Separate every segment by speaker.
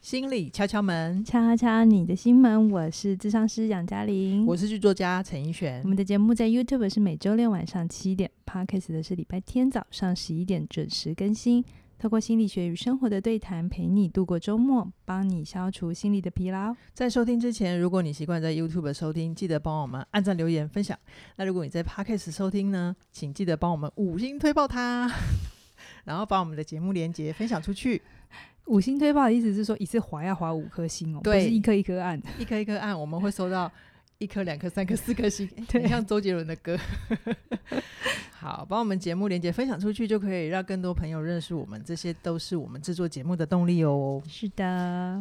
Speaker 1: 心理敲敲门，
Speaker 2: 敲敲你的心门，我是智商师杨嘉玲。
Speaker 1: 我是剧作家陈奕璇
Speaker 2: 我。们的节目在 YouTube 是每周六晚上七点，Podcast 的是礼拜天早上十一点准时更新。透过心理学与生活的对谈，陪你度过周末，帮你消除心理的疲劳。
Speaker 1: 在收听之前，如果你习惯在 YouTube 收听，记得帮我们按赞、留言、分享。那如果你在 Podcast 收听呢，请记得帮我们五星推爆它， 然后把我们的节目连接分享出去，
Speaker 2: 五星推爆的意思是说一次划要划五颗星哦，不
Speaker 1: 对
Speaker 2: 是一颗一颗按。
Speaker 1: 一颗一颗按，我们会收到一颗、两颗、三颗、四颗星，诶
Speaker 2: 对
Speaker 1: 很像周杰伦的歌。 好，把我们节目连接分享出去，就可以让更多朋友认识我们，这些都是我们制作节目的动力哦。
Speaker 2: 是的，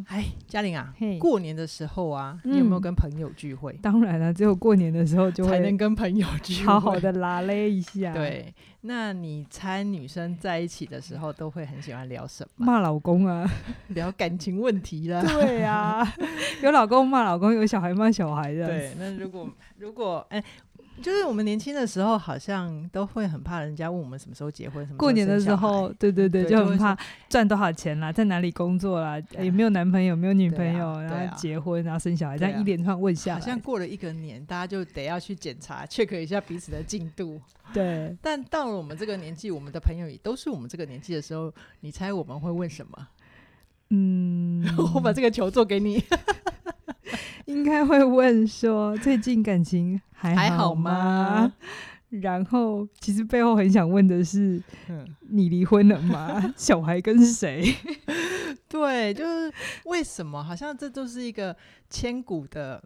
Speaker 1: 哎，嘉玲啊，
Speaker 2: 嘿
Speaker 1: 过年的时候啊，你有没有
Speaker 2: 嗯
Speaker 1: 跟朋友聚会？
Speaker 2: 当然了，只有过年的时候就
Speaker 1: 才能
Speaker 2: 会
Speaker 1: 跟朋友聚会，
Speaker 2: 好好。啊的拉勒一 下。。
Speaker 1: 对，那你猜女生在一起的时候都会很喜欢聊什么？
Speaker 2: 骂老公啊，
Speaker 1: 聊感情问题啦。
Speaker 2: 对啊， 有老公骂老公，有小孩骂小孩的。
Speaker 1: 对，那如果如果哎、就是我们年轻的时候，好像都会很怕人家问我们什么时候结婚，什么
Speaker 2: 过年的
Speaker 1: 生
Speaker 2: 时
Speaker 1: 小孩
Speaker 2: 候，对对对，
Speaker 1: 对
Speaker 2: 就
Speaker 1: 就会
Speaker 2: 很怕赚多少钱啦，在哪里工作啦，
Speaker 1: 啊
Speaker 2: 有没有男朋友，有没有女
Speaker 1: 对
Speaker 2: 朋
Speaker 1: 啊
Speaker 2: 友，
Speaker 1: 对
Speaker 2: 然
Speaker 1: 啊
Speaker 2: 后结婚，然后生小孩，这
Speaker 1: 对啊
Speaker 2: 样一连串问下
Speaker 1: 好像
Speaker 2: 来，
Speaker 1: 过了一个年，大家就得要去检查 check 一下彼此的进度。
Speaker 2: 对，
Speaker 1: 但到了我们这个年纪，我们的朋友也都是我们这个年纪的时候，你猜我们会问什么？
Speaker 2: 嗯，
Speaker 1: 我把这个球做给你。
Speaker 2: 应该会问说最近感情还
Speaker 1: 还好
Speaker 2: 好
Speaker 1: 吗？
Speaker 2: 然后其实背后很想问的是，
Speaker 1: 嗯，
Speaker 2: 你离婚了吗？ 小孩跟谁？
Speaker 1: 对，就是为什么？好像这都是一个千古的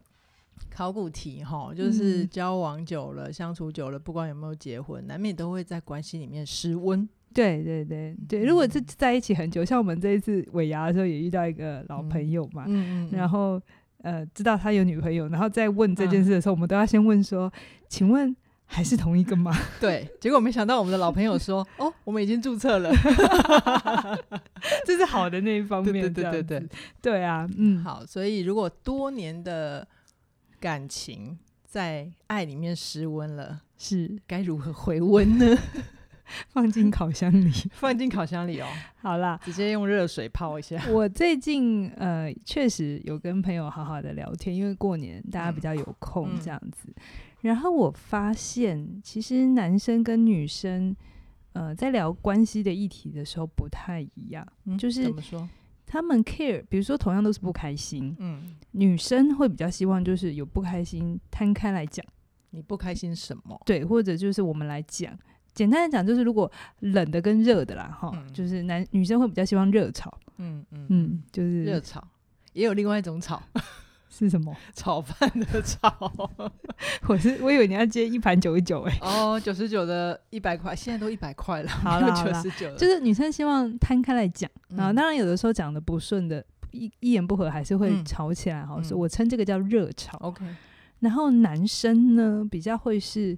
Speaker 1: 考古题哈，就是
Speaker 2: 嗯
Speaker 1: 交往久了、相处久了，不管有没有结婚，难免都会在关系里面失温。
Speaker 2: 对对对对，如果是在一起很久，像我们这一次尾牙的时候也遇到一个老朋友嘛，
Speaker 1: 嗯
Speaker 2: 然后呃，知道他有女朋友，然后再问这件
Speaker 1: 嗯
Speaker 2: 事的时候，我们都要先问说，请问还是同一个吗？
Speaker 1: 对，结果没想到我们的老朋友说：“哦，我们已经注册了。
Speaker 2: 这是好的那一方
Speaker 1: 对
Speaker 2: 面，
Speaker 1: 对对
Speaker 2: 这样
Speaker 1: 对
Speaker 2: 子，对啊，”嗯，
Speaker 1: 好，所以如果多年的感情在爱里面失温了，
Speaker 2: 是
Speaker 1: 该如何回温 呢？
Speaker 2: 放进烤箱里。
Speaker 1: 放进烤箱里哦，
Speaker 2: 好 啦，
Speaker 1: 直接用热水泡一下。
Speaker 2: 我最近呃确实有跟朋友好好的聊天，因为过年大家比较有空
Speaker 1: 嗯
Speaker 2: 这样子。然后我发现，其实男生跟女生呃在聊关系的议题的时候不太一样，
Speaker 1: 嗯
Speaker 2: 就是
Speaker 1: 怎么说？
Speaker 2: 他们 care，比如说同样都是不开心，
Speaker 1: 嗯，
Speaker 2: 女生会比较希望就是有不开心摊开来讲，
Speaker 1: 你不开心什么？
Speaker 2: 对，或者就是我们来讲。简单的讲，就是如果冷的跟热的啦，哈、
Speaker 1: 嗯
Speaker 2: 就是男女生会比较希望热炒，
Speaker 1: 嗯嗯嗯，
Speaker 2: 嗯，就是
Speaker 1: 热炒。也有另外一种 炒，
Speaker 2: 是什么？
Speaker 1: 炒饭的 炒
Speaker 2: 我是我以为你要接一盘九 十九，哎，
Speaker 1: 哦，九十九的一百块，现在都一百块了，
Speaker 2: 好
Speaker 1: 没有
Speaker 2: 啦好
Speaker 1: 九
Speaker 2: 啦
Speaker 1: 十九了，
Speaker 2: 就是女生希望摊开来讲，
Speaker 1: 嗯
Speaker 2: 然后当然有的时候讲的不顺的，一一言不合还是会
Speaker 1: 嗯
Speaker 2: 吵起来，哈、
Speaker 1: 嗯
Speaker 2: 所以我称这个叫热炒。
Speaker 1: OK，
Speaker 2: 然后男生呢，比较会是，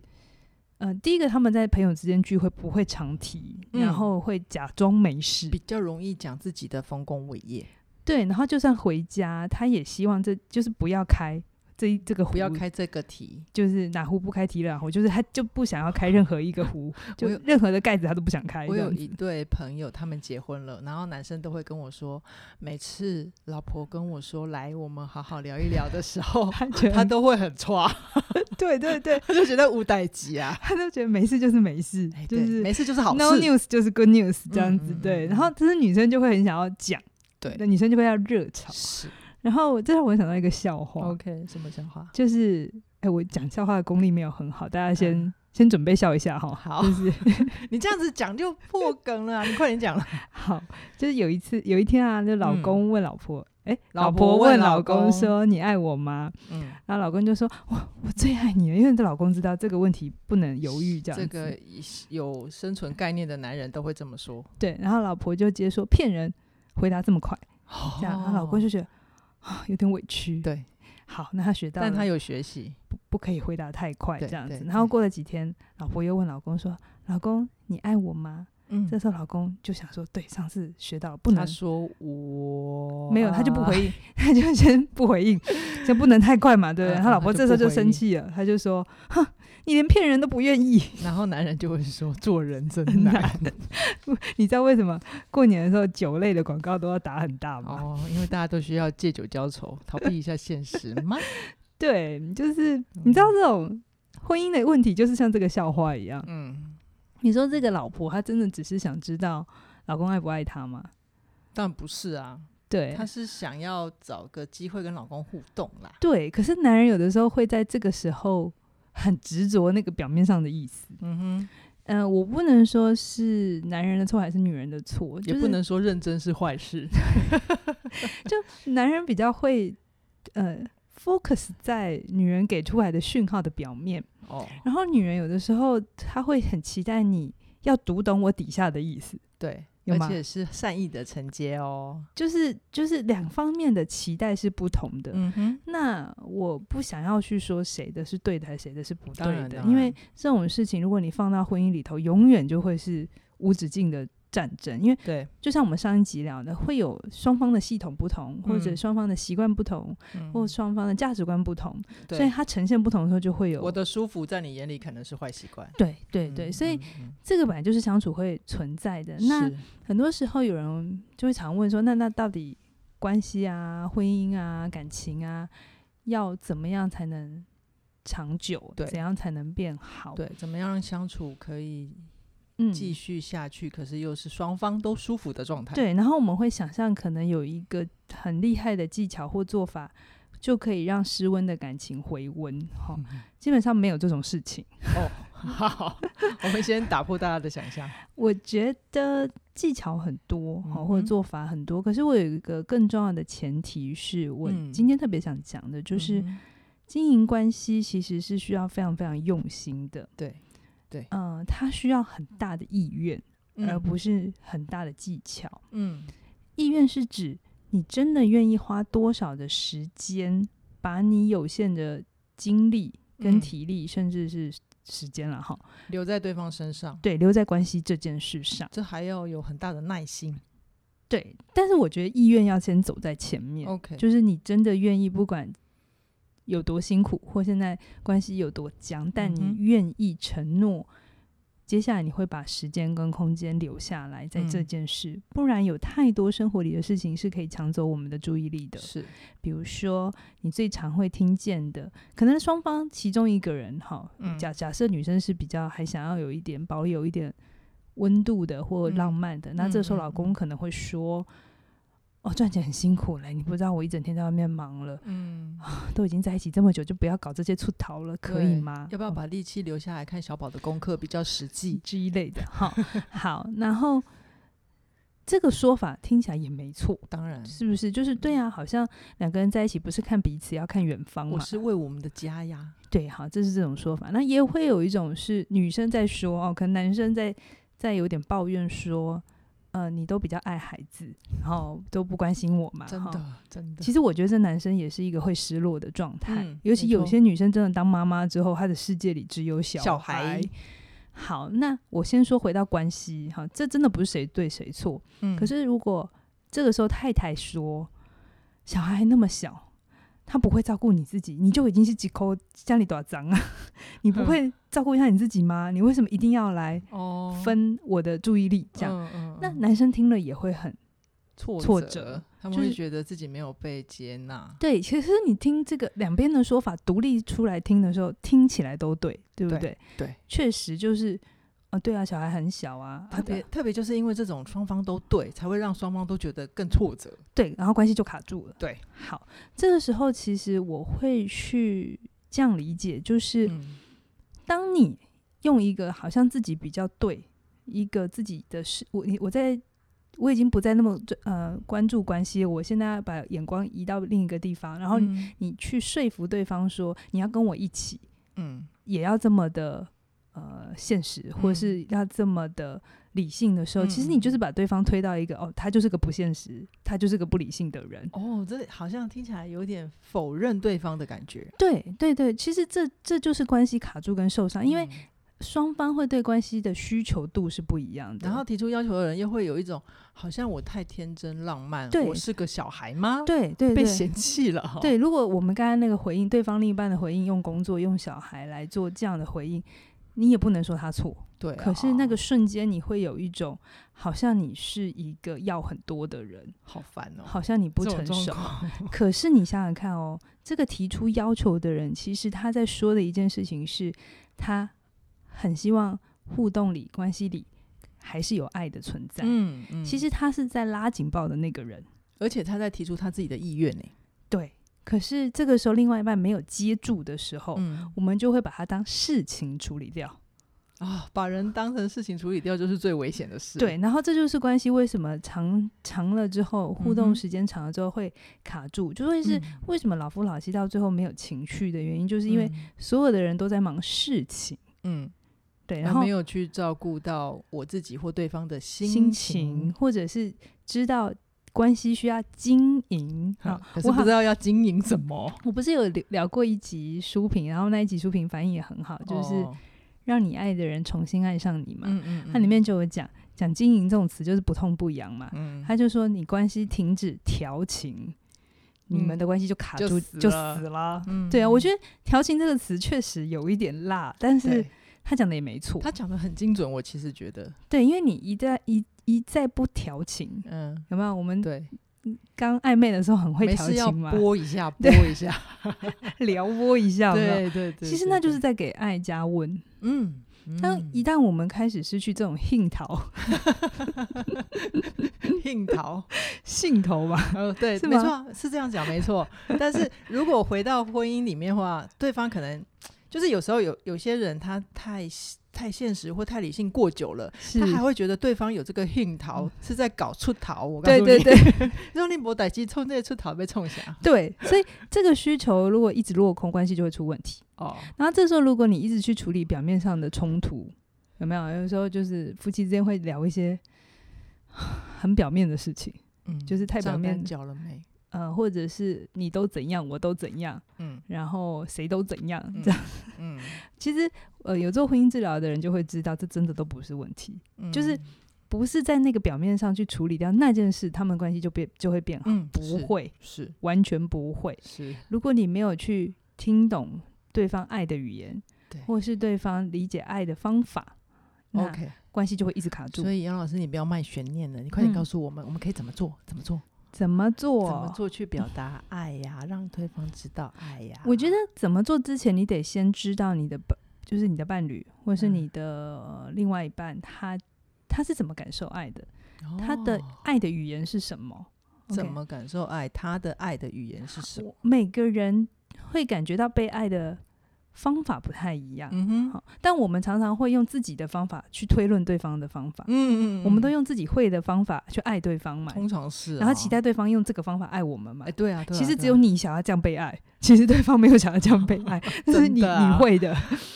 Speaker 2: 呃，第一个他们在朋友之间聚会不会常提，
Speaker 1: 嗯
Speaker 2: 然后会假装没事，
Speaker 1: 比较容易讲自己的丰功伟业，
Speaker 2: 对，然后就算回家，他也希望这就是不要开这一这个壶，
Speaker 1: 不要，开这个题，
Speaker 2: 就是哪壶不开提哪壶，就是他就不想要开任何一个 壶，就
Speaker 1: 有
Speaker 2: 任何的盖子他都不想开。
Speaker 1: 我
Speaker 2: 这
Speaker 1: 有
Speaker 2: 样
Speaker 1: 一
Speaker 2: 子
Speaker 1: 对朋友，他们结婚了，然后男生都会跟我说，每次老婆跟我说来，我们好好聊一聊的时 候，
Speaker 2: 他觉
Speaker 1: 他
Speaker 2: 得
Speaker 1: 都会很抓，
Speaker 2: 对对对，
Speaker 1: 他就觉得无代级啊，
Speaker 2: 他都觉得没事就是没事，
Speaker 1: 哎，
Speaker 2: 就
Speaker 1: 对
Speaker 2: 是
Speaker 1: 没事就是好
Speaker 2: no
Speaker 1: 事，
Speaker 2: news 就是 good news 这样
Speaker 1: 嗯
Speaker 2: 子。
Speaker 1: 嗯嗯
Speaker 2: 对，
Speaker 1: 嗯
Speaker 2: 然后但是女生就会很想要讲，
Speaker 1: 对
Speaker 2: 那女生就会要热炒。
Speaker 1: 是哦
Speaker 2: 然后这让我想到一个笑话
Speaker 1: OK，什么讲话？
Speaker 2: 就是哎、我讲笑话的功力没有很好，大家先、
Speaker 1: 嗯
Speaker 2: 先准备笑一下哈。
Speaker 1: 哦好
Speaker 2: 就是
Speaker 1: 你这样子讲就破梗了啊，你快点讲了。
Speaker 2: 好，就是有一次有一天啊，就
Speaker 1: 嗯
Speaker 2: 老公问老婆，哎、
Speaker 1: 老
Speaker 2: 老
Speaker 1: 婆问
Speaker 2: 问
Speaker 1: 老
Speaker 2: 老公
Speaker 1: 公
Speaker 2: 说：“你爱我吗
Speaker 1: 嗯，？”
Speaker 2: 然后老公就说：“哇，我最爱你了。”因为这老公知道这个问题不能犹豫，这样
Speaker 1: 这
Speaker 2: 子
Speaker 1: 个有生存概念的男人都会这么说。
Speaker 2: 对。然后老婆就直接说：“骗人，回答这么快。”这样，她老公
Speaker 1: 哦
Speaker 2: 就觉得啊有点委屈。，
Speaker 1: 对，
Speaker 2: 好，那他学到了，
Speaker 1: 但他有学习，
Speaker 2: 不不可以回答太快
Speaker 1: 对
Speaker 2: 这样子。
Speaker 1: 对嗯
Speaker 2: 然后
Speaker 1: 对
Speaker 2: 过了几天，老婆又问老公说：“老公，你爱我吗？”
Speaker 1: 嗯
Speaker 2: 这时候老公就想说：“对，上次学到了不
Speaker 1: 他
Speaker 2: 能。”
Speaker 1: 说我
Speaker 2: 没有，他就不
Speaker 1: 爱
Speaker 2: 回应， 他就先不回应，就不能太快嘛，对不对？
Speaker 1: 嗯
Speaker 2: 他
Speaker 1: 嗯他
Speaker 2: 老婆
Speaker 1: 就
Speaker 2: 这时候
Speaker 1: 不
Speaker 2: 就
Speaker 1: 回
Speaker 2: 生
Speaker 1: 应
Speaker 2: 气了，他就说：“哼，你连骗人都不愿意。
Speaker 1: 然后男人就会说做人真
Speaker 2: 很
Speaker 1: 难
Speaker 2: 难你知道为什么过年的时候酒类的广告都要打很大吗？
Speaker 1: 哦，因为大家都需要借酒浇愁，逃避一下现实 嘛。
Speaker 2: 对，就是
Speaker 1: 嗯
Speaker 2: 你知道这种婚姻的问题，就是像这个笑话一样。
Speaker 1: 嗯，
Speaker 2: 你说这个老婆她真的只是想知道老公爱不爱她吗？
Speaker 1: 但不是啊，
Speaker 2: 对
Speaker 1: 她，是想要找个机会跟老公互动啦。
Speaker 2: 对。可是男人有的时候会在这个时候很执着那个表面上的意思。
Speaker 1: 嗯
Speaker 2: 嗯、我不能说是男人的错还是女人的错，
Speaker 1: 哼，
Speaker 2: 就
Speaker 1: 也
Speaker 2: 是
Speaker 1: 不能说认真是坏事。
Speaker 2: 男人比较会呃 focus 在女人给出来的讯号的表面。
Speaker 1: 哦，
Speaker 2: 然后女人有的时候她会很期待你要读懂我底下的意思，
Speaker 1: 对，
Speaker 2: 有
Speaker 1: 而
Speaker 2: 吗
Speaker 1: 且是善意的承接哦。
Speaker 2: 就是就是两方面的期待是不同的。
Speaker 1: 嗯哼，
Speaker 2: 那我不想要去说谁的是对的，还是谁的是不
Speaker 1: 当
Speaker 2: 对
Speaker 1: 然
Speaker 2: 的，
Speaker 1: 当
Speaker 2: 因为
Speaker 1: 然
Speaker 2: 这种事情，如果你放到婚姻里头，永远就会是无止境的战争。因为
Speaker 1: 对，
Speaker 2: 就像我们上一集聊的，会有双方的系统不同，或者
Speaker 1: 嗯
Speaker 2: 双方的习惯不同，
Speaker 1: 嗯
Speaker 2: 或双方的价值观不同，
Speaker 1: 对
Speaker 2: 所以它呈现不同的时候，就会有
Speaker 1: 我的舒服在你眼里可能是坏习惯。
Speaker 2: 对对对，所以
Speaker 1: 嗯嗯
Speaker 2: 这个本来就是相处会存在的。
Speaker 1: 嗯
Speaker 2: 那
Speaker 1: 是
Speaker 2: 很多时候有人就会常问说，那那到底关系啊、婚姻啊、感情啊，要怎么样才能长久？
Speaker 1: 对
Speaker 2: 怎样才能变好？，
Speaker 1: 对，哦怎么样让相处可以
Speaker 2: 嗯，
Speaker 1: 继续下去，可是又是双方都舒服的状态？，
Speaker 2: 对。然后我们会想象，可能有一个很厉害的技巧或做法。就可以让失温的感情回温，哈、
Speaker 1: 嗯
Speaker 2: 基本上没有这种事情。
Speaker 1: 哦， 好， 我们先打破大家的想象。
Speaker 2: 我觉得技巧很多，哈、或
Speaker 1: 嗯哼
Speaker 2: 者做法很多。可是我有一个更重要的前提是，我
Speaker 1: 嗯
Speaker 2: 今天特别想讲的，就是、
Speaker 1: 嗯哼
Speaker 2: 经营关系其实是需要非常非常用心的，
Speaker 1: 对，
Speaker 2: 嗯、呃，它需要很大的意愿，而
Speaker 1: 嗯
Speaker 2: 不是很大的技巧。
Speaker 1: 嗯
Speaker 2: 意愿是指你真的愿意花多少的时间，把你有限的精力跟
Speaker 1: 嗯
Speaker 2: 体力，甚至是时间了哈，
Speaker 1: 留在对方身上，
Speaker 2: 对，留在关系这件事上。
Speaker 1: 这还要有很大的耐心。
Speaker 2: 对，但是我觉得意愿要先走在前面，
Speaker 1: OK，
Speaker 2: 就是你真的愿意，不管有多辛苦，或现在关系有多僵，但
Speaker 1: 嗯
Speaker 2: 你
Speaker 1: 哼
Speaker 2: 愿意承诺，接下来你会把时间跟空间留下来在这
Speaker 1: 嗯
Speaker 2: 件事，不然有太多生活里的事情是可以抢走我们的注意力的。
Speaker 1: 是
Speaker 2: 比如说，你最常会听见的，可能双方其中一个人哈，
Speaker 1: 嗯
Speaker 2: 假假设女生是比较还想要有一点保有一点温度的或
Speaker 1: 嗯
Speaker 2: 浪漫的，那
Speaker 1: 嗯
Speaker 2: 这时候
Speaker 1: 嗯
Speaker 2: 老公可能会说：“哦，赚钱很辛苦嘞，你不知道我一整天在外面忙了，
Speaker 1: 嗯，
Speaker 2: 都已经在一起这么久，就不要搞这些出逃了，可以
Speaker 1: 对
Speaker 2: 吗？
Speaker 1: 要不要
Speaker 2: 哦
Speaker 1: 把力气留下来看小宝的功课比较实际？
Speaker 2: 之一类的？ 哈，好，然后这个说法听起来也没错。”
Speaker 1: 当然，
Speaker 2: 是不是就是对啊？好像两个人在一起不是看彼此，要看远方嘛。
Speaker 1: 我是为我们的家呀。
Speaker 2: 对，好，这是这种说法。那也会有一种是女生在说哦，可能男生在在有点抱怨说，呃，你都比较爱孩子，然后都不关心我嘛。
Speaker 1: 真
Speaker 2: 啊哈
Speaker 1: 的，真的，
Speaker 2: 其实我觉得这男生也是一个会失落的状态，
Speaker 1: 嗯
Speaker 2: 尤其
Speaker 1: 没
Speaker 2: 有
Speaker 1: 错
Speaker 2: 些女生真的当妈妈之后，她的世界里只有小
Speaker 1: 小
Speaker 2: 孩
Speaker 1: 孩。
Speaker 2: 好，那我先说回到关系哈，这真的不是谁对谁错。
Speaker 1: 嗯
Speaker 2: 可是如果这个时候太太说，小孩那么小，他不会照顾你自己，你就已经是几口家里多少脏啊？ 你不
Speaker 1: 嗯
Speaker 2: 会照顾一下你自己吗？你为什么一定要来
Speaker 1: 哦，
Speaker 2: 分我的注意力？这样，
Speaker 1: 嗯，嗯
Speaker 2: 那
Speaker 1: 嗯
Speaker 2: 男生听了也会很
Speaker 1: 挫
Speaker 2: 挫
Speaker 1: 折，
Speaker 2: 折
Speaker 1: 他们
Speaker 2: 就
Speaker 1: 会
Speaker 2: 是
Speaker 1: 觉得自己没有被接纳。
Speaker 2: 对。其实你听这个两边的说法独立出来听的时候，听起来都对，对不对？
Speaker 1: 对对，
Speaker 2: 确实就是，啊，对啊，小孩很小啊，啊
Speaker 1: 特别特别就是因为这种双方都对，才会让双方都觉得更挫折。
Speaker 2: 对，然后关系就卡住了。
Speaker 1: 对，
Speaker 2: 好，这个时候其实我会去这样理解，就是。
Speaker 1: 嗯
Speaker 2: 当你用一个好像自己比较对一个自己的事，我你我在我已经不再那么呃关注关系，我现在把眼光移到另一个地方，然后
Speaker 1: 嗯
Speaker 2: 你去说服对方说你要跟我一起，
Speaker 1: 嗯
Speaker 2: 也要这么的呃现实，或
Speaker 1: 嗯
Speaker 2: 是要这么的理性的时候，其实你就是把对方推到一个哦，他就是个不现实，他就是个不理性的人。
Speaker 1: 哦，这好像听起来有点否认对方的感觉，
Speaker 2: 啊对对对，其实这这就是关系卡住跟受伤，因为
Speaker 1: 嗯
Speaker 2: 双方会对关系的需求度是不一样的。
Speaker 1: 然后提出要求的人又会有一种好像我太天真浪漫，
Speaker 2: 对
Speaker 1: 我是个小孩吗？
Speaker 2: 对对
Speaker 1: 被
Speaker 2: 对
Speaker 1: 嫌弃了哈。
Speaker 2: 对，如果我们刚才那个回应，对方另一半的回应用工作、用小孩来做这样的回应，你也不能说他错。
Speaker 1: 对啊，
Speaker 2: 可是那个瞬间，你会有一种好像你是一个要很多的人，
Speaker 1: 好烦哦，
Speaker 2: 啊好像你不
Speaker 1: 这
Speaker 2: 成
Speaker 1: 种状
Speaker 2: 熟。
Speaker 1: 况
Speaker 2: 可是你想想看哦，这个提出要求的人，其实他在说的一件事情是，他很希望互动里、关系里还是有爱的存 在。
Speaker 1: 嗯嗯，
Speaker 2: 其实他是在拉警报的那个人，
Speaker 1: 而且他在提出他自己的意愿呢。
Speaker 2: 对。可是这个时候，另外一半没有接住的时候，
Speaker 1: 嗯
Speaker 2: 我们就会把它当事情处理掉。
Speaker 1: 啊，把人当成事情处理掉就是最危险的事。
Speaker 2: 对，然后这就是关系为什么长长了之后，互
Speaker 1: 嗯
Speaker 2: 动
Speaker 1: 哼
Speaker 2: 时间长了之后会卡住，就会
Speaker 1: 嗯，
Speaker 2: 是为什么老夫老妻到最后没有情绪的原因，就是因为
Speaker 1: 嗯
Speaker 2: 所有的人都在忙事情。
Speaker 1: 嗯，
Speaker 2: 对，
Speaker 1: 然
Speaker 2: 然
Speaker 1: 后
Speaker 2: 后
Speaker 1: 没有去照顾到我自己或对方的心
Speaker 2: 心情，或者是知道关系需要经营
Speaker 1: 啊
Speaker 2: 啊。
Speaker 1: 可是
Speaker 2: 我
Speaker 1: 不
Speaker 2: 好
Speaker 1: 知，道要经营什么，
Speaker 2: 我不是有聊聊过一集书评，然后那一集书评反应也很好， 就是
Speaker 1: 哦
Speaker 2: 让你爱的人重新爱上你嘛。
Speaker 1: 嗯嗯，
Speaker 2: 它里面就有讲讲经营这种词，就是不痛不痒嘛。
Speaker 1: 嗯，
Speaker 2: 他就说你关系停止调情，你们
Speaker 1: 嗯
Speaker 2: 的关系就卡
Speaker 1: 就
Speaker 2: 住
Speaker 1: 死
Speaker 2: 就
Speaker 1: 了
Speaker 2: 死了。
Speaker 1: 嗯
Speaker 2: 对啊，我
Speaker 1: 得
Speaker 2: 觉得“调情”这个词确实有一点辣，但是他讲的也没错。
Speaker 1: 他讲的很精准，我其实觉得，
Speaker 2: 对，因为你一再一一再不调情，
Speaker 1: 嗯，
Speaker 2: 有没有？我们
Speaker 1: 对，
Speaker 2: 刚暧昧的时候很会
Speaker 1: 没
Speaker 2: 调
Speaker 1: 事要
Speaker 2: 情嘛，
Speaker 1: 播一下，播
Speaker 2: 对
Speaker 1: 一下，
Speaker 2: 撩拨一下，有没
Speaker 1: 对
Speaker 2: 有
Speaker 1: 对对，
Speaker 2: 其实
Speaker 1: 对
Speaker 2: 那就
Speaker 1: 对
Speaker 2: 是在给爱加温。
Speaker 1: 嗯，
Speaker 2: 当
Speaker 1: 嗯
Speaker 2: 一旦我们开始失去这种兴头
Speaker 1: 硬逃，
Speaker 2: 兴头吧，
Speaker 1: 呃，对，
Speaker 2: 是
Speaker 1: 没
Speaker 2: 吗
Speaker 1: 错啊，是这样讲，没错。但是如果回到婚姻里面的话，对方可能就是有时候有有些人他太太现实或太理性过久了，
Speaker 2: 是嗯
Speaker 1: 他还会觉得对方有这个硬逃是在搞出逃。我告诉
Speaker 2: 对
Speaker 1: 你，
Speaker 2: 对 对
Speaker 1: 让林博逮鸡冲这个出逃被冲下
Speaker 2: 对，所以这个需求如果一直落空，关系就会出问题。
Speaker 1: 哦，
Speaker 2: 然后这时候，如果你一直去处理表面上的冲突，有没有？有时候就是夫妻之间会聊一些很表面的事情，
Speaker 1: 嗯，
Speaker 2: 就是太表
Speaker 1: 账
Speaker 2: 面
Speaker 1: 单缴了没？
Speaker 2: 呃，或者是你都怎样，我都怎样，
Speaker 1: 嗯
Speaker 2: 然后谁都怎样，
Speaker 1: 嗯
Speaker 2: 这样。
Speaker 1: 嗯
Speaker 2: 其实，呃，有做婚姻治疗的人就会知道，这真的都不是问题，
Speaker 1: 嗯，
Speaker 2: 就是不是在那个表面上去处理掉那件事，他们关系就变就会变好，
Speaker 1: 嗯，
Speaker 2: 不
Speaker 1: 是
Speaker 2: 会，
Speaker 1: 是
Speaker 2: 完全不会。
Speaker 1: 是，
Speaker 2: 如果你没有去听懂对方爱的语言
Speaker 1: 对，
Speaker 2: 或是对方理解爱的方法，那
Speaker 1: OK，
Speaker 2: 关系就会一直卡住
Speaker 1: 所。以杨老师，你不要卖悬念了，你快点
Speaker 2: 嗯
Speaker 1: 告诉我们，我们可以怎么做？怎么做？
Speaker 2: 怎么做？
Speaker 1: 怎么？做去表达爱呀、让对方知道爱呀、
Speaker 2: 我觉得怎么做之前，你得先知道你的伴，就是你的伴侣，或是
Speaker 1: 嗯
Speaker 2: 你的、呃另外一半，他他是怎么感受爱的，
Speaker 1: 哦
Speaker 2: 他的爱的语言是什么？
Speaker 1: 怎
Speaker 2: OK
Speaker 1: 么感受爱，他的爱的语言是什么？
Speaker 2: 每个人会感觉到被爱的方法不太一样。
Speaker 1: 嗯哼，
Speaker 2: 好，但我们常常会用自己的方法去推论对方的方法，
Speaker 1: 嗯嗯
Speaker 2: 我们都用自己会的方法去爱对方嘛，
Speaker 1: 通常是、
Speaker 2: 然后期，待对方用这个方法爱我们嘛
Speaker 1: 啊哎、。对啊，对啊
Speaker 2: 其实
Speaker 1: 对
Speaker 2: 只有
Speaker 1: 啊
Speaker 2: 你想要这样被爱， 其实对方没有想要这样被爱，这是
Speaker 1: 真
Speaker 2: 你
Speaker 1: 的啊
Speaker 2: 你 会的。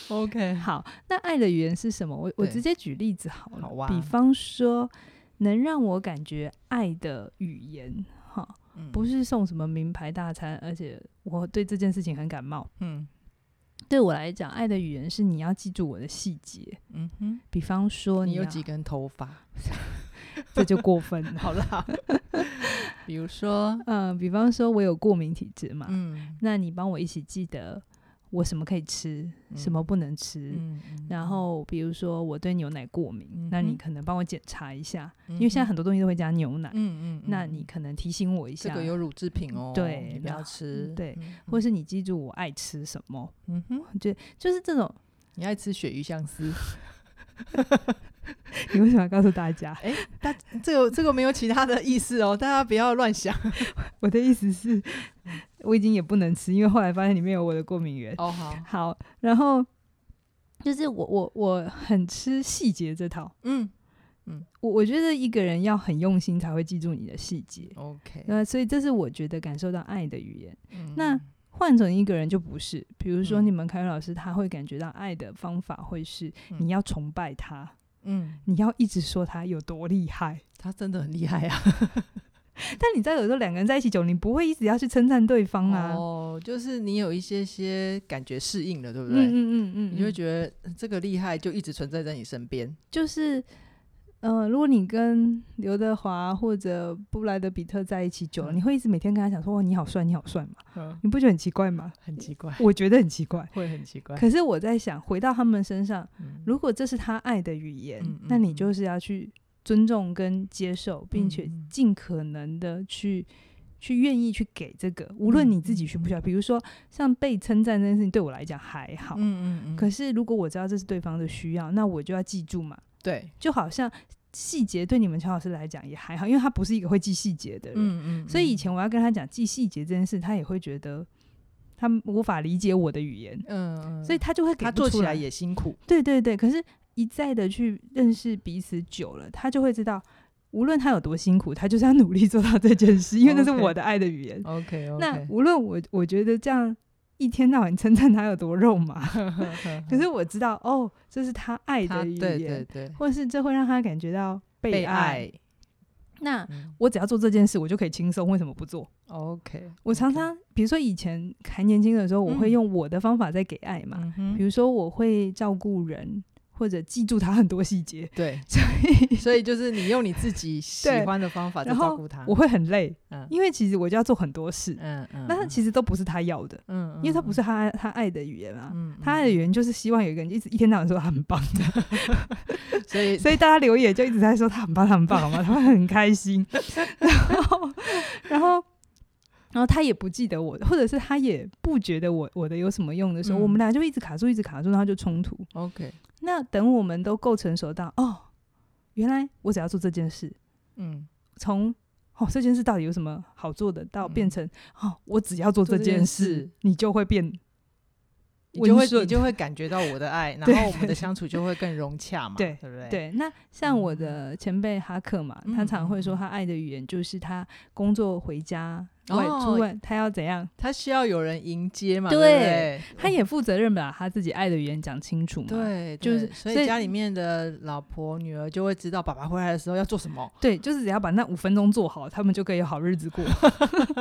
Speaker 1: OK，
Speaker 2: 好，那爱的语言是什么？我我
Speaker 1: 对
Speaker 2: 直接举例子好了，
Speaker 1: 好啊哇
Speaker 2: 比方说，能让我感觉爱的语言，哈，
Speaker 1: 嗯
Speaker 2: 不是送什么名牌大餐，而且我对这件事情很感冒。
Speaker 1: 嗯
Speaker 2: 对我来讲，爱的语言是你要记住我的细节，
Speaker 1: 嗯哼，
Speaker 2: 比方说
Speaker 1: 你
Speaker 2: 你啊
Speaker 1: 有
Speaker 2: 要
Speaker 1: 几，根头 发？
Speaker 2: 这就过分了。
Speaker 1: 好啦， 比如 说，
Speaker 2: 嗯、比方说我有过敏体质嘛，
Speaker 1: 嗯，
Speaker 2: 那你帮我一起记得我什么可以吃，什
Speaker 1: 嗯
Speaker 2: 么不能吃。
Speaker 1: 嗯，嗯
Speaker 2: 然，后，比如说我对牛奶过敏，那
Speaker 1: 嗯
Speaker 2: 你
Speaker 1: 哼
Speaker 2: 可能帮我检查一下，
Speaker 1: 因
Speaker 2: 因为现在，很多东西都会加牛奶，
Speaker 1: 嗯嗯嗯，
Speaker 2: 那你
Speaker 1: 嗯
Speaker 2: 可能提醒我一
Speaker 1: 这
Speaker 2: 下，
Speaker 1: 个有乳制品哦，
Speaker 2: 对
Speaker 1: 你不要
Speaker 2: 那
Speaker 1: 吃，
Speaker 2: 对
Speaker 1: 嗯，
Speaker 2: 或
Speaker 1: 是，
Speaker 2: 是你记住我爱吃什么，
Speaker 1: 嗯哼，
Speaker 2: 就就是 这种。
Speaker 1: 你爱吃鳕鱼香丝，
Speaker 2: 你为什么要告诉大家？
Speaker 1: 但这个这个没有其他的意思哦，大家不要乱想。
Speaker 2: 我的意思是，我已经也不能吃，因为后来发现里面有我的过敏源。
Speaker 1: 嗯哦，好，
Speaker 2: 好，然后就是我我我很吃细节这套，
Speaker 1: 嗯
Speaker 2: 我我觉得一个人要很用心才会记住你的细节。
Speaker 1: ，OK，
Speaker 2: 呃，所以这是我觉得感受到爱的语言。
Speaker 1: 嗯
Speaker 2: 那换成一个人就不是，比如说
Speaker 1: 嗯
Speaker 2: 你们凯瑞老师，他会感觉到爱的方法会是
Speaker 1: 嗯
Speaker 2: 你要崇拜他，
Speaker 1: 嗯，
Speaker 2: 你要一直说他有多厉害，
Speaker 1: 他真的很厉害啊，
Speaker 2: 但你知道，有时候两个人在一起久，你不会一直要去称赞对方啊。
Speaker 1: 哦，就是你有一些些感觉适应了，对不
Speaker 2: 嗯
Speaker 1: 对？
Speaker 2: 嗯嗯嗯，
Speaker 1: 你就会
Speaker 2: 嗯
Speaker 1: 觉得呃这个厉害就一直存在在你身边。
Speaker 2: 就是，呃，如果你跟刘德华或者布莱德比特在一起久了，
Speaker 1: 嗯
Speaker 2: 你会一直每天跟他讲说：“哇，哦你好帅，你好帅嘛？”
Speaker 1: 嗯，
Speaker 2: 你不觉得很奇怪吗？
Speaker 1: 很奇怪，
Speaker 2: 我觉得很奇怪。
Speaker 1: 会很奇怪。
Speaker 2: 可是我在想，回到他们身上，
Speaker 1: 嗯
Speaker 2: 如果这是他爱的语言，
Speaker 1: 嗯嗯
Speaker 2: 那你
Speaker 1: 嗯
Speaker 2: 就是要去尊重跟接受，并且
Speaker 1: 嗯嗯
Speaker 2: 尽可能的去。去愿意去给这个，无
Speaker 1: 嗯
Speaker 2: 论你自己需不需要，比如说像被称赞这件事情，对我来讲还好。
Speaker 1: 嗯嗯嗯，
Speaker 2: 可是如果我知道这是对方的需要，那我就要记住嘛。
Speaker 1: 对，
Speaker 2: 就好像细节对你们乔老师来讲也还好，因为他不是一个会记细节的人，
Speaker 1: 嗯嗯，
Speaker 2: 所以以
Speaker 1: 嗯
Speaker 2: 前我要跟他讲记细节这件事，他也会觉得他无法理解我的语言，
Speaker 1: 嗯，嗯
Speaker 2: 所以他就会给
Speaker 1: 他
Speaker 2: 不
Speaker 1: 做
Speaker 2: 出
Speaker 1: 起来也辛苦。
Speaker 2: 对对对。可是，一再的去认识彼此久了，他就会知道，无论他有多辛苦，他就是要努力做到这 件事，因为那是
Speaker 1: 哦 OK
Speaker 2: 我的爱的语言。
Speaker 1: OK
Speaker 2: 那
Speaker 1: OK，
Speaker 2: 无论我我觉得这样一天到晚称赞他有多肉麻，
Speaker 1: 那
Speaker 2: 可是我知道哦，这是他爱
Speaker 1: 他
Speaker 2: 的语言，
Speaker 1: 对对对
Speaker 2: 或是这会让他感觉到被
Speaker 1: 被爱。
Speaker 2: 那
Speaker 1: 嗯
Speaker 2: 我只要做这件事，我就可以轻松，为什么不做？
Speaker 1: OK，
Speaker 2: 我常常，比如说以前还年轻的时候，我会
Speaker 1: 嗯
Speaker 2: 用我的方法在给爱嘛，
Speaker 1: 嗯
Speaker 2: 比
Speaker 1: 哼，
Speaker 2: 如说我会照顾人，或者记住他很多细节，
Speaker 1: 对，
Speaker 2: 所 以
Speaker 1: 所以就是你用你自己喜
Speaker 2: 对
Speaker 1: 欢的方法在
Speaker 2: 然后
Speaker 1: 照顾他。
Speaker 2: 我会很累，
Speaker 1: 嗯
Speaker 2: 因为其实我就要做很多事，
Speaker 1: 啊嗯嗯，
Speaker 2: 那
Speaker 1: 实
Speaker 2: 其实都不是他要的，
Speaker 1: 嗯，
Speaker 2: 因为他
Speaker 1: 嗯
Speaker 2: 不是，他他爱的语言啊。
Speaker 1: 嗯嗯
Speaker 2: 他爱的语言就是希望有一个人一直一天到晚说他很棒的，
Speaker 1: 嗯所以
Speaker 2: 所以大家留言就一直在说他很棒，他很棒，好吗？他会很开心。 然后，然后，然后他也不记得我，或者是他也不觉得我我的有什么用的时候，
Speaker 1: 嗯
Speaker 2: 我们俩就一直卡住，一直卡住，然后就冲突。
Speaker 1: OK，
Speaker 2: 那等我们都够成熟到哦，原来我只要做这件事，
Speaker 1: 嗯，
Speaker 2: 从哦这件事到底有什么好做的，到
Speaker 1: 嗯
Speaker 2: 变成、哦我只要做
Speaker 1: 做
Speaker 2: 这
Speaker 1: 这
Speaker 2: 件
Speaker 1: 件
Speaker 2: 事，
Speaker 1: 事
Speaker 2: 你就会变
Speaker 1: 你就会
Speaker 2: 温顺
Speaker 1: 你就会感觉到我的 爱，然
Speaker 2: 对
Speaker 1: 后我们的相处就会更融洽嘛，
Speaker 2: 对
Speaker 1: 对不对？
Speaker 2: 对，那像我的前辈哈克嘛，
Speaker 1: 嗯
Speaker 2: 他常会说他爱的语言就是他工作回家外
Speaker 1: 哦
Speaker 2: 出外，他要怎样，
Speaker 1: 他需要有人迎接嘛，
Speaker 2: 对
Speaker 1: 对
Speaker 2: 他也负责任把他自己爱的语言讲清楚嘛。
Speaker 1: 不对，对，
Speaker 2: 就是
Speaker 1: 对所
Speaker 2: 所
Speaker 1: 以
Speaker 2: 以
Speaker 1: 家里面的老婆女儿就会知道爸爸回来的时候要做什么。
Speaker 2: 对，就是只要把那五分钟做好，他们就可以有好日 子过。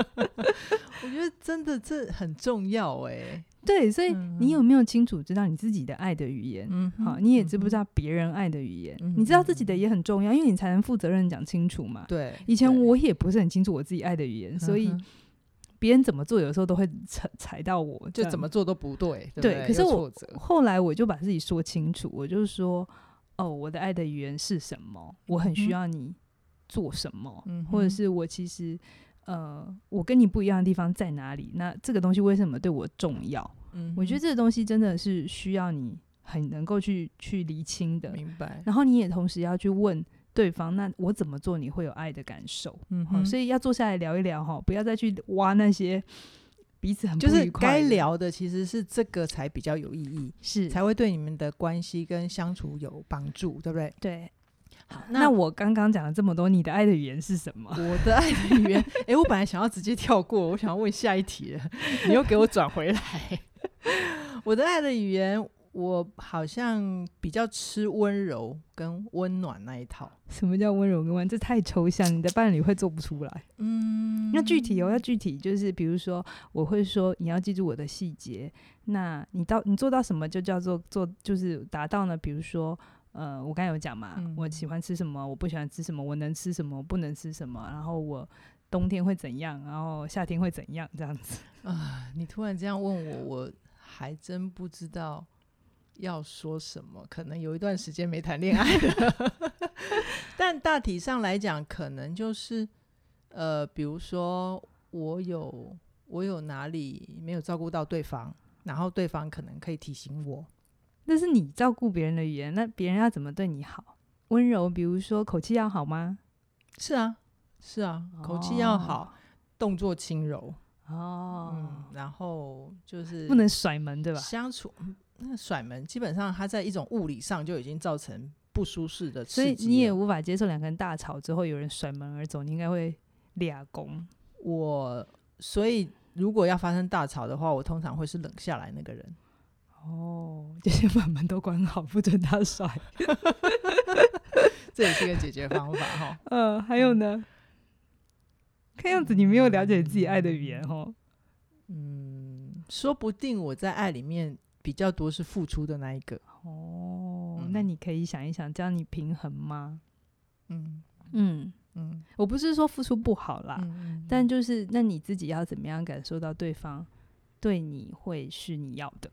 Speaker 1: 我觉得真的这很重要哎，
Speaker 2: 对，所以
Speaker 1: 嗯
Speaker 2: 你有没有清楚知道你自己的爱的语言？
Speaker 1: 嗯哼，
Speaker 2: 好，你也知不
Speaker 1: 嗯
Speaker 2: 知道别人爱的语言？
Speaker 1: 嗯
Speaker 2: 你知道自己的也很重要，因为你才能负责任讲清楚嘛
Speaker 1: 哼？。对，
Speaker 2: 以前
Speaker 1: 对
Speaker 2: 我也不是很清楚我自己爱的语言，所以
Speaker 1: 嗯哼
Speaker 2: 别人怎么做，有时候都会踩踩到我，
Speaker 1: 就
Speaker 2: 这样
Speaker 1: 怎么做都不对，不
Speaker 2: 对
Speaker 1: 对，
Speaker 2: 可是
Speaker 1: 有挫
Speaker 2: 我
Speaker 1: 折
Speaker 2: 后来我就把自己说清楚，我就说，哦，我的爱的语言是什么？我很
Speaker 1: 嗯
Speaker 2: 需
Speaker 1: 哼
Speaker 2: 要你做什么，
Speaker 1: 嗯
Speaker 2: 或者
Speaker 1: 哼
Speaker 2: 是我其实，呃，我跟你不一样的地方在哪里？那这个东西为什么对我重要？
Speaker 1: 嗯
Speaker 2: 我觉得
Speaker 1: 哼
Speaker 2: 这个东西真的是需要你很能够去去厘清的，
Speaker 1: 明白，
Speaker 2: 然后你也同时要去问。对方，那我怎么做你会有爱的感受？
Speaker 1: 嗯
Speaker 2: 好、所以要坐下来聊一聊哈，不要再去挖那些彼此很不
Speaker 1: 就是
Speaker 2: 愉快
Speaker 1: 该
Speaker 2: 的
Speaker 1: 聊的其实是这个才比较有意义，
Speaker 2: 是
Speaker 1: 才会对你们的关系跟相处有帮助，对不对？
Speaker 2: 对，好，
Speaker 1: 那
Speaker 2: 那我刚刚讲了这么多，你的爱的语言是什么？
Speaker 1: 我的爱的语言，哎、我本来想要直接跳过，我想要问下一题了，你又给我转回来。 我的爱的语言，我好像比较吃温柔跟温暖那一套。
Speaker 2: 什么叫温柔跟温？这太抽象，你的伴侣会做不出来。
Speaker 1: 嗯
Speaker 2: 要具体哦，要具体，就是比如说，我会说你要记住我的细节。那你到你做到什么就叫做做，就是达到呢？比如说。呃，我刚才有讲嘛，
Speaker 1: 嗯
Speaker 2: 我喜欢吃什么，我不喜欢吃什么，我能吃什么，我不能吃什么，然后我冬天会怎样，然后夏天会怎样，这样子。
Speaker 1: 啊，你突然这样问我，我还真不知道要说什么。可能有一段时间没谈恋爱了， 但大体上来讲，可能就是呃，比如说我有我有哪里没有照顾到对方，然后对方可能可以提醒我。
Speaker 2: 那是你照顾别人的语言，那别人要怎么对你好？温柔，比如说口气要好吗？
Speaker 1: 是啊，是啊，口气要好，动作轻柔，
Speaker 2: 哦，
Speaker 1: 嗯，然后就是
Speaker 2: 不能甩门，对吧？
Speaker 1: 相处嗯那个甩门，基本上它在一种物理上就已经造成不舒适的
Speaker 2: 所以
Speaker 1: 刺激了。
Speaker 2: 你也无法接受两个人大吵之后有人甩门而走，你应该会俩攻。
Speaker 1: 我，所以如果要发生大吵的话，我通常会是冷下来那个人。
Speaker 2: 哦，就是把门都关好，不准他 甩。
Speaker 1: 这也是一个解决方法哈。
Speaker 2: 呃，还有呢？看样子你没有了解自己爱的语言哦。
Speaker 1: 嗯，说不定我在爱里面比较多是付出的那一个。
Speaker 2: 哦，
Speaker 1: 嗯
Speaker 2: 那你可以想一想，这样你平衡吗？
Speaker 1: 嗯
Speaker 2: 嗯，
Speaker 1: 嗯，
Speaker 2: 我不是说付出不好啦，
Speaker 1: 嗯
Speaker 2: 啊但就是那你自己要怎么样感受到对方对你会是你要的？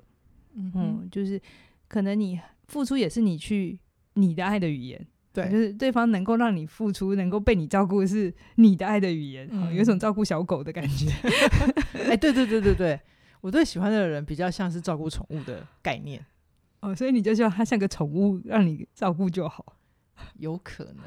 Speaker 1: 嗯
Speaker 2: 嗯，就是可能你付出也是你去你的爱的语言，就
Speaker 1: 对，
Speaker 2: 是对方能够让你付出，能够被你照顾是你的爱的语言，哦
Speaker 1: 嗯
Speaker 2: 有一种照顾小狗的感觉。
Speaker 1: 哎，对对对对对，我对喜欢的人比较像是照顾宠物的概念，
Speaker 2: 哦，所以你就希望它像个宠物，让你照顾就好。
Speaker 1: 有可能，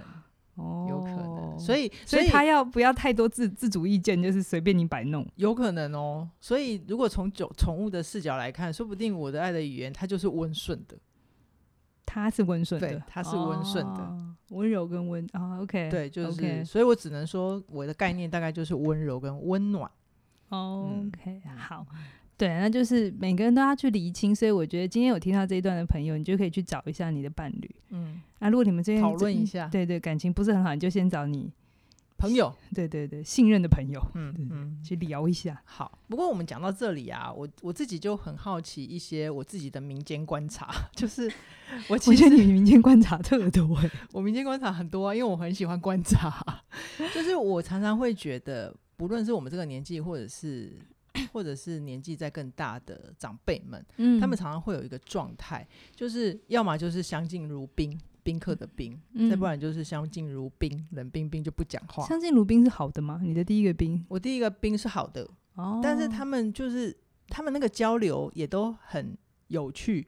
Speaker 2: 哦
Speaker 1: 有可能，所
Speaker 2: 以
Speaker 1: 以
Speaker 2: 所以
Speaker 1: 以
Speaker 2: 它要不要太多自自主意见，就是随便你摆弄。
Speaker 1: 有可能哦。所以如果从宠宠物的视角来看，说不定我的爱的语言它就是温顺的，
Speaker 2: 它是温顺的
Speaker 1: 对，它是温顺的
Speaker 2: 哦温柔跟温啊，OK，
Speaker 1: 对，就是
Speaker 2: OK
Speaker 1: 所以我只能说我的概念大概就是温柔跟温暖。嗯
Speaker 2: OK，、好，对，那就是每个人都要去厘清，所以我觉得今天有听到这一段的朋友，你就可以去找一下你的伴侣。
Speaker 1: 嗯，
Speaker 2: 啊，如果你们这边
Speaker 1: 讨论一下
Speaker 2: 对对，感情不是很好，你就先找你
Speaker 1: 朋友，
Speaker 2: 对对对信任的朋友
Speaker 1: 嗯嗯，
Speaker 2: 去聊一下。
Speaker 1: 好，不过我们讲到这里啊，我我自己就很好奇一些我自己的民间观察， 就是我
Speaker 2: 我
Speaker 1: 其
Speaker 2: 觉
Speaker 1: 实
Speaker 2: 得你民间观察特 多欸，
Speaker 1: 我民间观察很多啊，因为我很喜欢观察， 就是我常常会觉得，不论是我们这个年纪，或者是或者是年纪再更大的长辈们，
Speaker 2: 嗯
Speaker 1: 他们常常会有一个状态，就是要么就是相敬如宾，宾客的宾，
Speaker 2: 嗯
Speaker 1: 再不然就是相敬如宾，冷冰冰就不讲话。
Speaker 2: 相信鲁宾是好的吗？你的第一个宾
Speaker 1: 我第一个宾是好的，
Speaker 2: 哦，
Speaker 1: 但是他们就是他们那个交流也都很有趣，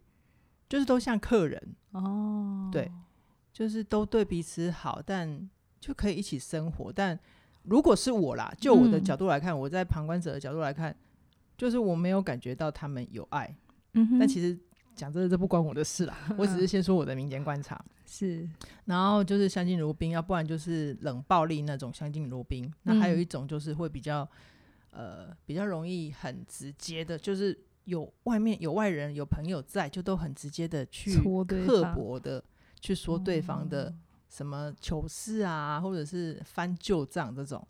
Speaker 1: 就是都像客人，
Speaker 2: 哦，
Speaker 1: 对就是都对彼此好，但就可以一起生活。但如果是我啦，就我的
Speaker 2: 嗯
Speaker 1: 角度来看，我在旁观者的角度来看，就是我没有感觉到他们有爱。
Speaker 2: 嗯哼，
Speaker 1: 但其实讲真的，这不关我的事啦，我只是先说我的民间观察。
Speaker 2: 是
Speaker 1: 然后就是相敬如宾，要不然就是冷暴力那种相敬如宾。那还有
Speaker 2: 嗯
Speaker 1: 一种就是会比较，呃，比较容易很直接的，就是有外面有外人有朋友在，就都很直接的去
Speaker 2: 戳对
Speaker 1: 刻
Speaker 2: 方哦
Speaker 1: 薄的去说对方的什么糗事啊，或者是翻旧账这种。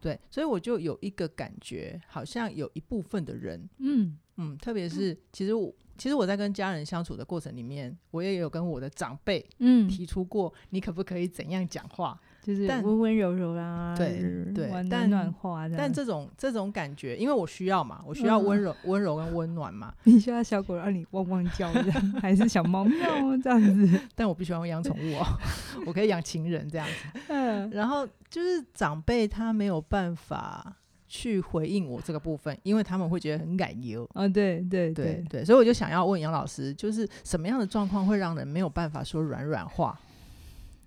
Speaker 1: 对，所以我就有一个感觉，好像有一部分的人
Speaker 2: 嗯
Speaker 1: 嗯，特别是其实我其实我在跟家人相处的过程里面，我也有跟我的长辈
Speaker 2: 嗯，
Speaker 1: 提出过，你可不可以怎样讲话？
Speaker 2: 就是
Speaker 1: 但
Speaker 2: 温温柔柔啦，
Speaker 1: 对对
Speaker 2: 玩
Speaker 1: 但
Speaker 2: 暖暖化这样。
Speaker 1: 但这种这种感觉，因为我需要嘛，我需要温柔、温柔跟温暖嘛，
Speaker 2: 你需要小狗让你汪汪叫这样，还是小猫喵这样子？
Speaker 1: 但我不喜欢养宠物哦，我可以养情人这样子。
Speaker 2: 嗯
Speaker 1: 然后就是长辈他没有办法去回应我这个部分，因为他们会觉得很感忧。
Speaker 2: 哦，对对
Speaker 1: 对对，所以我就想要问杨老师，就是什么样的状况会让人没有办法说软软话，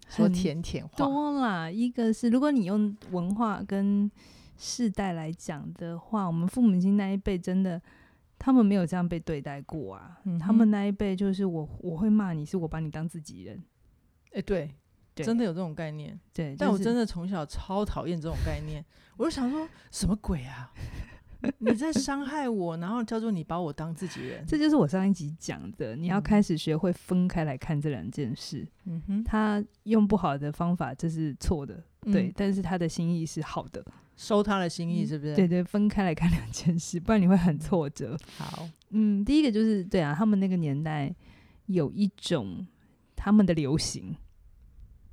Speaker 1: 说
Speaker 2: 很
Speaker 1: 甜甜话？
Speaker 2: 多啦。一个是如果你用文化跟世代来讲的话，我们父母亲那一辈真的。他们没有这样被对待过啊！
Speaker 1: 嗯哼
Speaker 2: 他们那一辈就是我，我会骂你，是我把你当自己人。
Speaker 1: 哎、对，
Speaker 2: 对
Speaker 1: 真的有这种概念。
Speaker 2: 对，
Speaker 1: 但
Speaker 2: 就
Speaker 1: 我
Speaker 2: 是
Speaker 1: 真的从小超讨厌这种概念，我就想说什么鬼啊？你在伤害我，然后叫做你把我当自己人，
Speaker 2: 这就是我上一集讲的，你要
Speaker 1: 嗯
Speaker 2: 开始学会分开来看这两件事。
Speaker 1: 嗯哼，
Speaker 2: 他用不好的方法，这是错的，对，
Speaker 1: 嗯
Speaker 2: 但是他的心意是好的。
Speaker 1: 收他的心意是不是？
Speaker 2: 对，对，分开来看两件事，不然你会很挫折。
Speaker 1: 好，
Speaker 2: 嗯，第一个就是对啊，他们那个年代有一种他们的流行，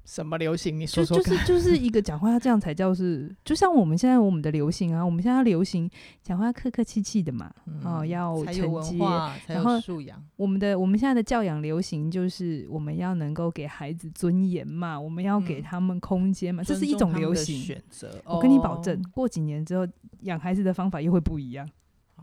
Speaker 1: 什么流行？你
Speaker 2: 就
Speaker 1: 说说
Speaker 2: 就
Speaker 1: 看。
Speaker 2: 是就是一个讲话要这样才叫是，就像我们现在我们的流行啊，我们现在要流行讲话客客气气的嘛，哦，
Speaker 1: 嗯
Speaker 2: 要
Speaker 1: 才有
Speaker 2: 承
Speaker 1: 文
Speaker 2: 接。
Speaker 1: 化，才
Speaker 2: 然后
Speaker 1: 有素养。
Speaker 2: 我们的我们现在的教养流行就是我们要能够给孩子尊严嘛，我们要给
Speaker 1: 嗯
Speaker 2: 他们空间嘛，这是
Speaker 1: 尊
Speaker 2: 一
Speaker 1: 重
Speaker 2: 种
Speaker 1: 他们
Speaker 2: 流
Speaker 1: 的
Speaker 2: 行。
Speaker 1: 选择。
Speaker 2: 我跟你保证
Speaker 1: 哦，
Speaker 2: 过几年之后养孩子的方法又会不一样。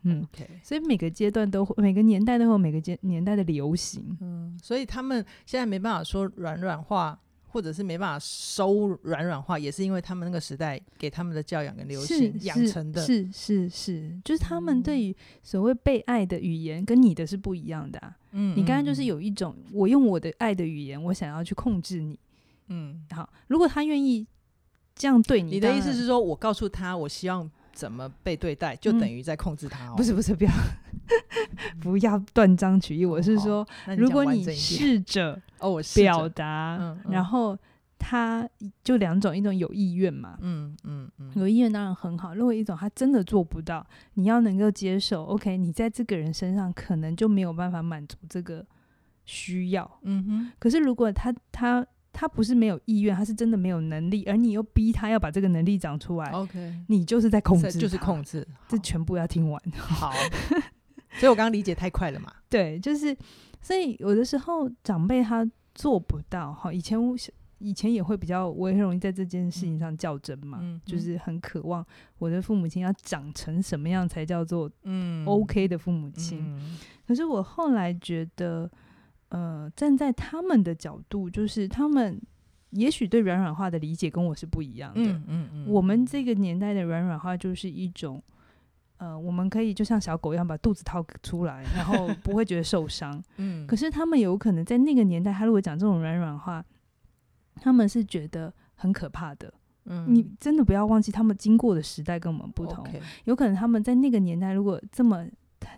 Speaker 2: 嗯
Speaker 1: 哦，OK，
Speaker 2: 所以每个阶段都会，每个年代都会有每个阶年代的流行。
Speaker 1: 嗯，所以他们现在没办法说软软话，或者是没办法收软软话，也是因为他们那个时代给他们的教养跟流
Speaker 2: 是
Speaker 1: 行
Speaker 2: 是
Speaker 1: 养成的。
Speaker 2: 是是是，就是他们
Speaker 1: 嗯
Speaker 2: 对于所谓被爱的语言跟你的是不一样的、啊。
Speaker 1: 嗯
Speaker 2: 你刚刚就是
Speaker 1: 嗯
Speaker 2: 有一种，我用我的爱的语言，我想要去控制你。
Speaker 1: 嗯，
Speaker 2: 好，如果他愿意这样对你，
Speaker 1: 你的
Speaker 2: 当
Speaker 1: 意思
Speaker 2: 然
Speaker 1: 是说我告诉他我希望怎么被对待，就
Speaker 2: 嗯
Speaker 1: 等于在控制他、哦
Speaker 2: 不
Speaker 1: 是？
Speaker 2: 是不是不要不要断章取义？我是说，
Speaker 1: 哦那
Speaker 2: 如果
Speaker 1: 讲完
Speaker 2: 你
Speaker 1: 整一点
Speaker 2: 试着
Speaker 1: 哦，我试着
Speaker 2: 表达，
Speaker 1: 嗯嗯
Speaker 2: 然后他就两种，一种有意愿嘛，
Speaker 1: 嗯嗯嗯，
Speaker 2: 有意愿当然很好。如果一种他真的做不到，你要能够接受，OK，你在这个人身上可能就没有办法满足这个需要。
Speaker 1: 嗯哼，
Speaker 2: 可是如果他他他不是没有意愿，他是真的没有能力，而你又逼他要把这个能力长出来，
Speaker 1: OK，
Speaker 2: 你就是在控
Speaker 1: 这
Speaker 2: 制，
Speaker 1: 哦就是控
Speaker 2: 制。
Speaker 1: 制，
Speaker 2: 这全部要听完。
Speaker 1: 好。好所以我刚刚理解太快了嘛，
Speaker 2: 对，就是所以有的时候长辈他做不到哈，以前我以前也会比较，我也很容易在这件事情上较真嘛，
Speaker 1: 嗯
Speaker 2: 就
Speaker 1: 嗯
Speaker 2: 是很渴望我的父母亲要长成什么样才叫做
Speaker 1: 嗯
Speaker 2: OK 的父母亲。
Speaker 1: 嗯
Speaker 2: 可是我后来觉得，呃，站在他们的角度，就是他们也许对软软化的理解跟我是不一样的。
Speaker 1: 嗯嗯嗯，
Speaker 2: 我们这个年代的软软化就是一种，呃，我们可以就像小狗一样把肚子掏出来，然后不会觉得受伤。
Speaker 1: 嗯，
Speaker 2: 可是他们有可能在那个年代，他如果讲这种软软话，他们是觉得很可怕的。
Speaker 1: 嗯
Speaker 2: 你真的不要忘记，他们经过的时代跟我们不同。
Speaker 1: OK，
Speaker 2: 有可能他们在那个年代，如果这么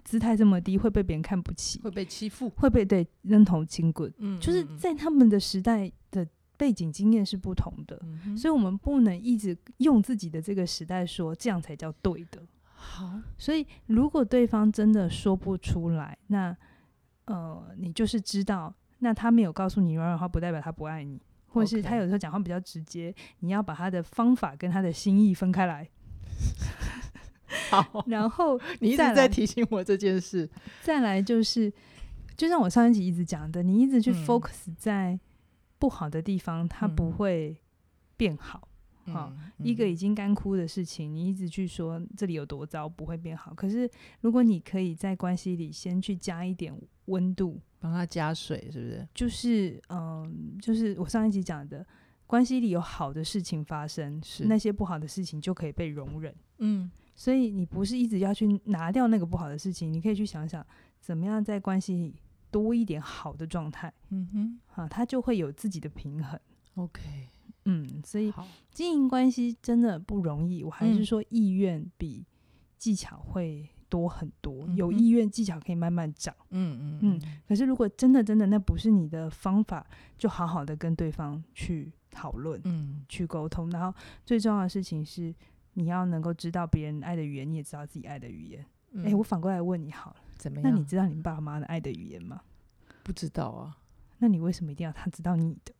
Speaker 2: 姿态这么低，会被别人看不起，
Speaker 1: 会被欺负，
Speaker 2: 会被对扔头轻滚。
Speaker 1: 嗯，
Speaker 2: 就是
Speaker 1: 嗯，
Speaker 2: 在他们的时代的背景经验是不同的。
Speaker 1: 嗯哼
Speaker 2: 所以我们不能一直用自己的这个时代说这样才叫对的。
Speaker 1: 好，
Speaker 2: 所以如果对方真的说不出来，那呃，你就是知道，那他没有告诉你软软话，不代表他不爱你，或者是
Speaker 1: OK
Speaker 2: 他有时候讲话比较直接，你要把他的方法跟他的心意分开来，
Speaker 1: 好，
Speaker 2: 然后
Speaker 1: 你一直
Speaker 2: 再来
Speaker 1: 在提醒我这件事，
Speaker 2: 再来就是，就像我上一集一直讲的，你一直去
Speaker 1: 嗯
Speaker 2: focus 在不好的地方，他
Speaker 1: 嗯
Speaker 2: 不会变好。好
Speaker 1: 嗯，
Speaker 2: 一个
Speaker 1: 嗯
Speaker 2: 已经干枯的事情，你一直去说这里有多糟，不会变好。可是如果你可以在关系里先去加一点温度，
Speaker 1: 帮他加水，是不是？
Speaker 2: 就是嗯，就是我上一集讲的，关系里有好的事情发生，
Speaker 1: 是
Speaker 2: 那些不好的事情就可以被容忍。
Speaker 1: 嗯
Speaker 2: 所以你不是一直要去拿掉那个不好的事情，你可以去想想怎么样在关系里多一点好的状态
Speaker 1: 嗯哼
Speaker 2: 啊，它就会有自己的平衡。
Speaker 1: ，OK，
Speaker 2: 嗯，所以
Speaker 1: 好，
Speaker 2: 经营关系真的不容易，我还
Speaker 1: 嗯
Speaker 2: 是说意愿比技巧会多很多，
Speaker 1: 嗯
Speaker 2: 有
Speaker 1: 哼
Speaker 2: 意愿技巧可以慢慢长。
Speaker 1: 嗯嗯
Speaker 2: 嗯可是如果真的真的那不是你的方法，就好好的跟对方去讨论、
Speaker 1: 嗯
Speaker 2: 去沟通。然后最重要的事情是，你要能够知道别人爱的语言，你也知道自己爱的语言。
Speaker 1: 嗯，
Speaker 2: 诶，哎我反过来问你好了，
Speaker 1: 怎么
Speaker 2: 那
Speaker 1: 样？
Speaker 2: 你知道你爸妈的爱的语言吗？
Speaker 1: 不知道啊？
Speaker 2: 那你为什么一定要他知道你的？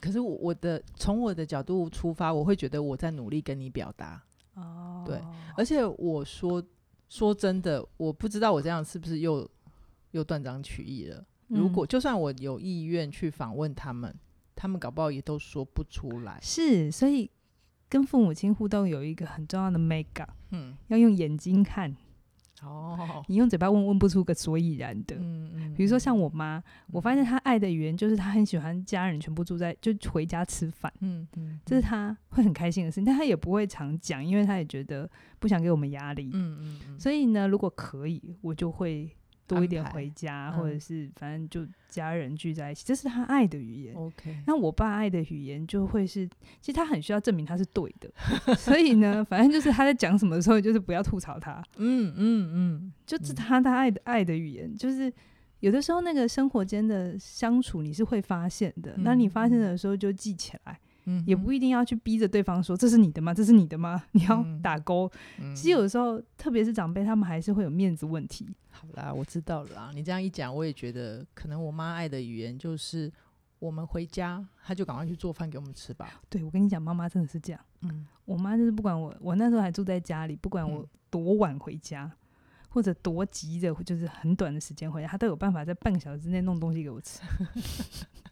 Speaker 1: 可是我我的从我的角度出发，我会觉得我在努力跟你表达，
Speaker 2: 哦
Speaker 1: 对，而且我说说真的，我不知道我这样是不是又又断章取义了。如
Speaker 2: 嗯
Speaker 1: 果就算我有意愿去访问他们，他们搞不好也都说不出来。
Speaker 2: 是，所以跟父母亲互动有一个很重要的 make up。
Speaker 1: 嗯，
Speaker 2: 要用眼睛看，
Speaker 1: 哦，
Speaker 2: 你用嘴巴问问不出个所以然的。
Speaker 1: 嗯嗯
Speaker 2: 比如说
Speaker 1: 嗯
Speaker 2: 像我妈，我发现她爱的语言就是她很喜欢家人全部住在就回家吃饭，
Speaker 1: 嗯嗯，
Speaker 2: 这是她会很开心的事情，但她也不会常讲，因为她也觉得不想给我们压力。
Speaker 1: 嗯嗯嗯，
Speaker 2: 所以呢，如果可以，我就会多一点
Speaker 1: 安排
Speaker 2: 回家，
Speaker 1: 嗯
Speaker 2: 或者是反正就家人聚在一起，这是她爱的语言。
Speaker 1: OK，
Speaker 2: 那我爸爱的语言就会是，其实他很需要证明他是对的， 所以呢，反正就是他在讲什么的时候，就是不要吐槽他，
Speaker 1: 嗯嗯
Speaker 2: 就是
Speaker 1: 嗯
Speaker 2: 他他爱的爱的语言，就是有的时候那个生活间的相处你是会发现的，那你发现的时候就记起来，
Speaker 1: 嗯，
Speaker 2: 也不一定要去逼着对方说这是你的吗？这是你的吗？你要
Speaker 1: 嗯
Speaker 2: 打勾。
Speaker 1: 嗯
Speaker 2: 其实有的时候，特别是长辈，他们还是会有面子问题。
Speaker 1: 好啦，我知道了啦。你这样一讲，我也觉得可能我妈爱的语言就是我们回家，她就赶快去做饭给我们吃吧。
Speaker 2: 对我跟你讲，妈妈真的是这样，
Speaker 1: 嗯，
Speaker 2: 我妈就是不管我，我那时候还住在家里，不管我
Speaker 1: 嗯
Speaker 2: 多晚回家。或者多急着，就是很短的时间回家，她都有办法在半个小时之内弄东西给我吃。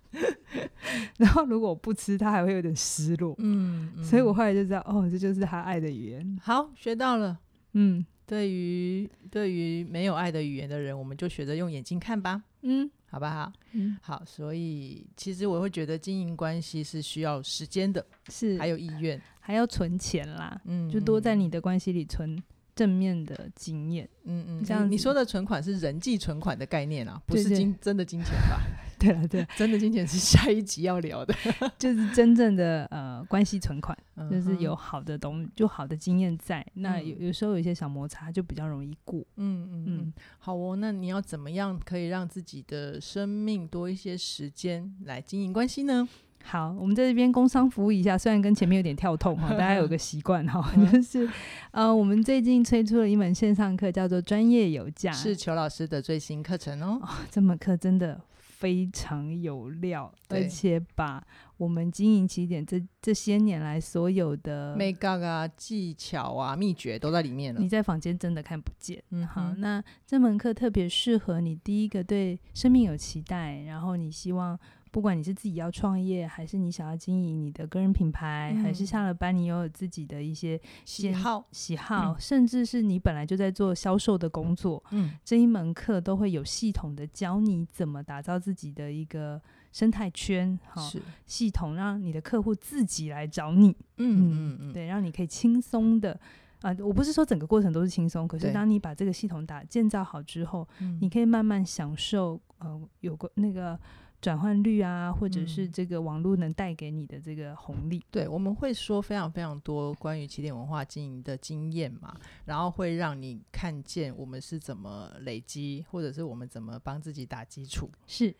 Speaker 2: 然后如果我不吃，她还会有点失落。
Speaker 1: 嗯嗯
Speaker 2: 所以我后来就知道，哦，这就是他爱的语言。
Speaker 1: 好学到了。
Speaker 2: 嗯
Speaker 1: 对于对于没有爱的语言的人，我们就学着用眼睛看吧，
Speaker 2: 嗯
Speaker 1: 好不好？
Speaker 2: 嗯，
Speaker 1: 好，所以其实我会觉得经营关系是需要时间的，
Speaker 2: 是，
Speaker 1: 还有意愿。
Speaker 2: 还要存钱啦，
Speaker 1: 嗯，
Speaker 2: 就多在
Speaker 1: 嗯
Speaker 2: 你的关系里存正面的经验。
Speaker 1: 嗯嗯，
Speaker 2: 这样
Speaker 1: 你你
Speaker 2: 子
Speaker 1: 说的存款是人际存款的概念啊，不
Speaker 2: 对
Speaker 1: 是
Speaker 2: 对
Speaker 1: 金真的金钱吧？
Speaker 2: 对了对啦，啊
Speaker 1: 真的金钱是下一集要聊 的，
Speaker 2: 就是真正的呃关系存款，就是
Speaker 1: 嗯哼
Speaker 2: 有好的东，就好的经验在。那
Speaker 1: 嗯
Speaker 2: 有有时候有一些小摩擦就比较容易过。
Speaker 1: 嗯嗯嗯
Speaker 2: 嗯，
Speaker 1: 好哦。那你要怎么样可以让自己的生命多一些时间来经营关系呢？
Speaker 2: 好，我们在这边工商服务一下，虽然跟前面有点跳痛 哈，大家有个习惯哈，
Speaker 1: 嗯
Speaker 2: 就是呃，我们最近推出了一门线上课，叫做专业有价，
Speaker 1: 是裘老师的最新课程哦。
Speaker 2: 这门课真的非常有料，而
Speaker 1: 对
Speaker 2: 且把我们经营起点这这些年来所有的
Speaker 1: make up 啊、技巧啊、秘诀都在里面了
Speaker 2: 你。在房间真的看不见。
Speaker 1: 嗯
Speaker 2: 好，
Speaker 1: 哼
Speaker 2: 那这门课特别适合你，第一个对生命有期待，然后你希望。不管你是自己要创业，还是你想要经营你的个人品牌，还是
Speaker 1: 嗯
Speaker 2: 下了班你又有自己的一些
Speaker 1: 喜好，
Speaker 2: 喜好，甚至是你本来就在做销售的工作，
Speaker 1: 嗯，
Speaker 2: 这一门课都会有系统的教你怎么打造自己的一个生态圈，好、
Speaker 1: 是，
Speaker 2: 系统让你的客户自己来找你，
Speaker 1: 嗯嗯嗯，
Speaker 2: 对，让你可以轻松的。啊、我不是说整个过程都是轻松，可是
Speaker 1: 对
Speaker 2: 当你把这个系统打建造好之后，
Speaker 1: 嗯
Speaker 2: 你可以慢慢享受呃有个那个转换率啊，或者是
Speaker 1: 嗯
Speaker 2: 这个网络能带给你的这个红利。
Speaker 1: 对，我们会说非常非常多关于起点文化经营的经验嘛，然后会让你看见我们是怎么累积，或者是我们怎么帮自己打基础。
Speaker 2: 是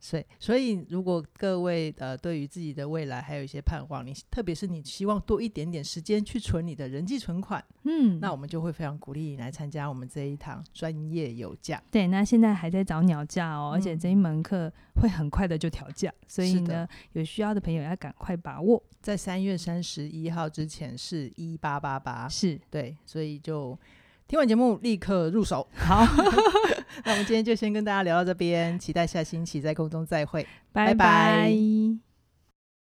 Speaker 1: 所以，所以如果各位呃对于自己的未来还有一些盼望，你特别是你希望多一点点时间去存你的人际存款，
Speaker 2: 嗯，
Speaker 1: 那我们就会非常鼓励你来参加我们这一堂专业有价。
Speaker 2: 对，那现在还在找鸟价哦，而且这一门课会很快的就调价，所
Speaker 1: 嗯
Speaker 2: 以
Speaker 1: 是的
Speaker 2: 呢，有需要的朋友要赶快把握。
Speaker 1: 在三月三十一号之前是一八八八，
Speaker 2: 是，
Speaker 1: 对，所以就听完节目立刻入手。
Speaker 2: 好，
Speaker 1: 那我们今天就先跟大家聊到这边，期待下星期在空中再会。
Speaker 2: 拜
Speaker 1: 拜
Speaker 2: 拜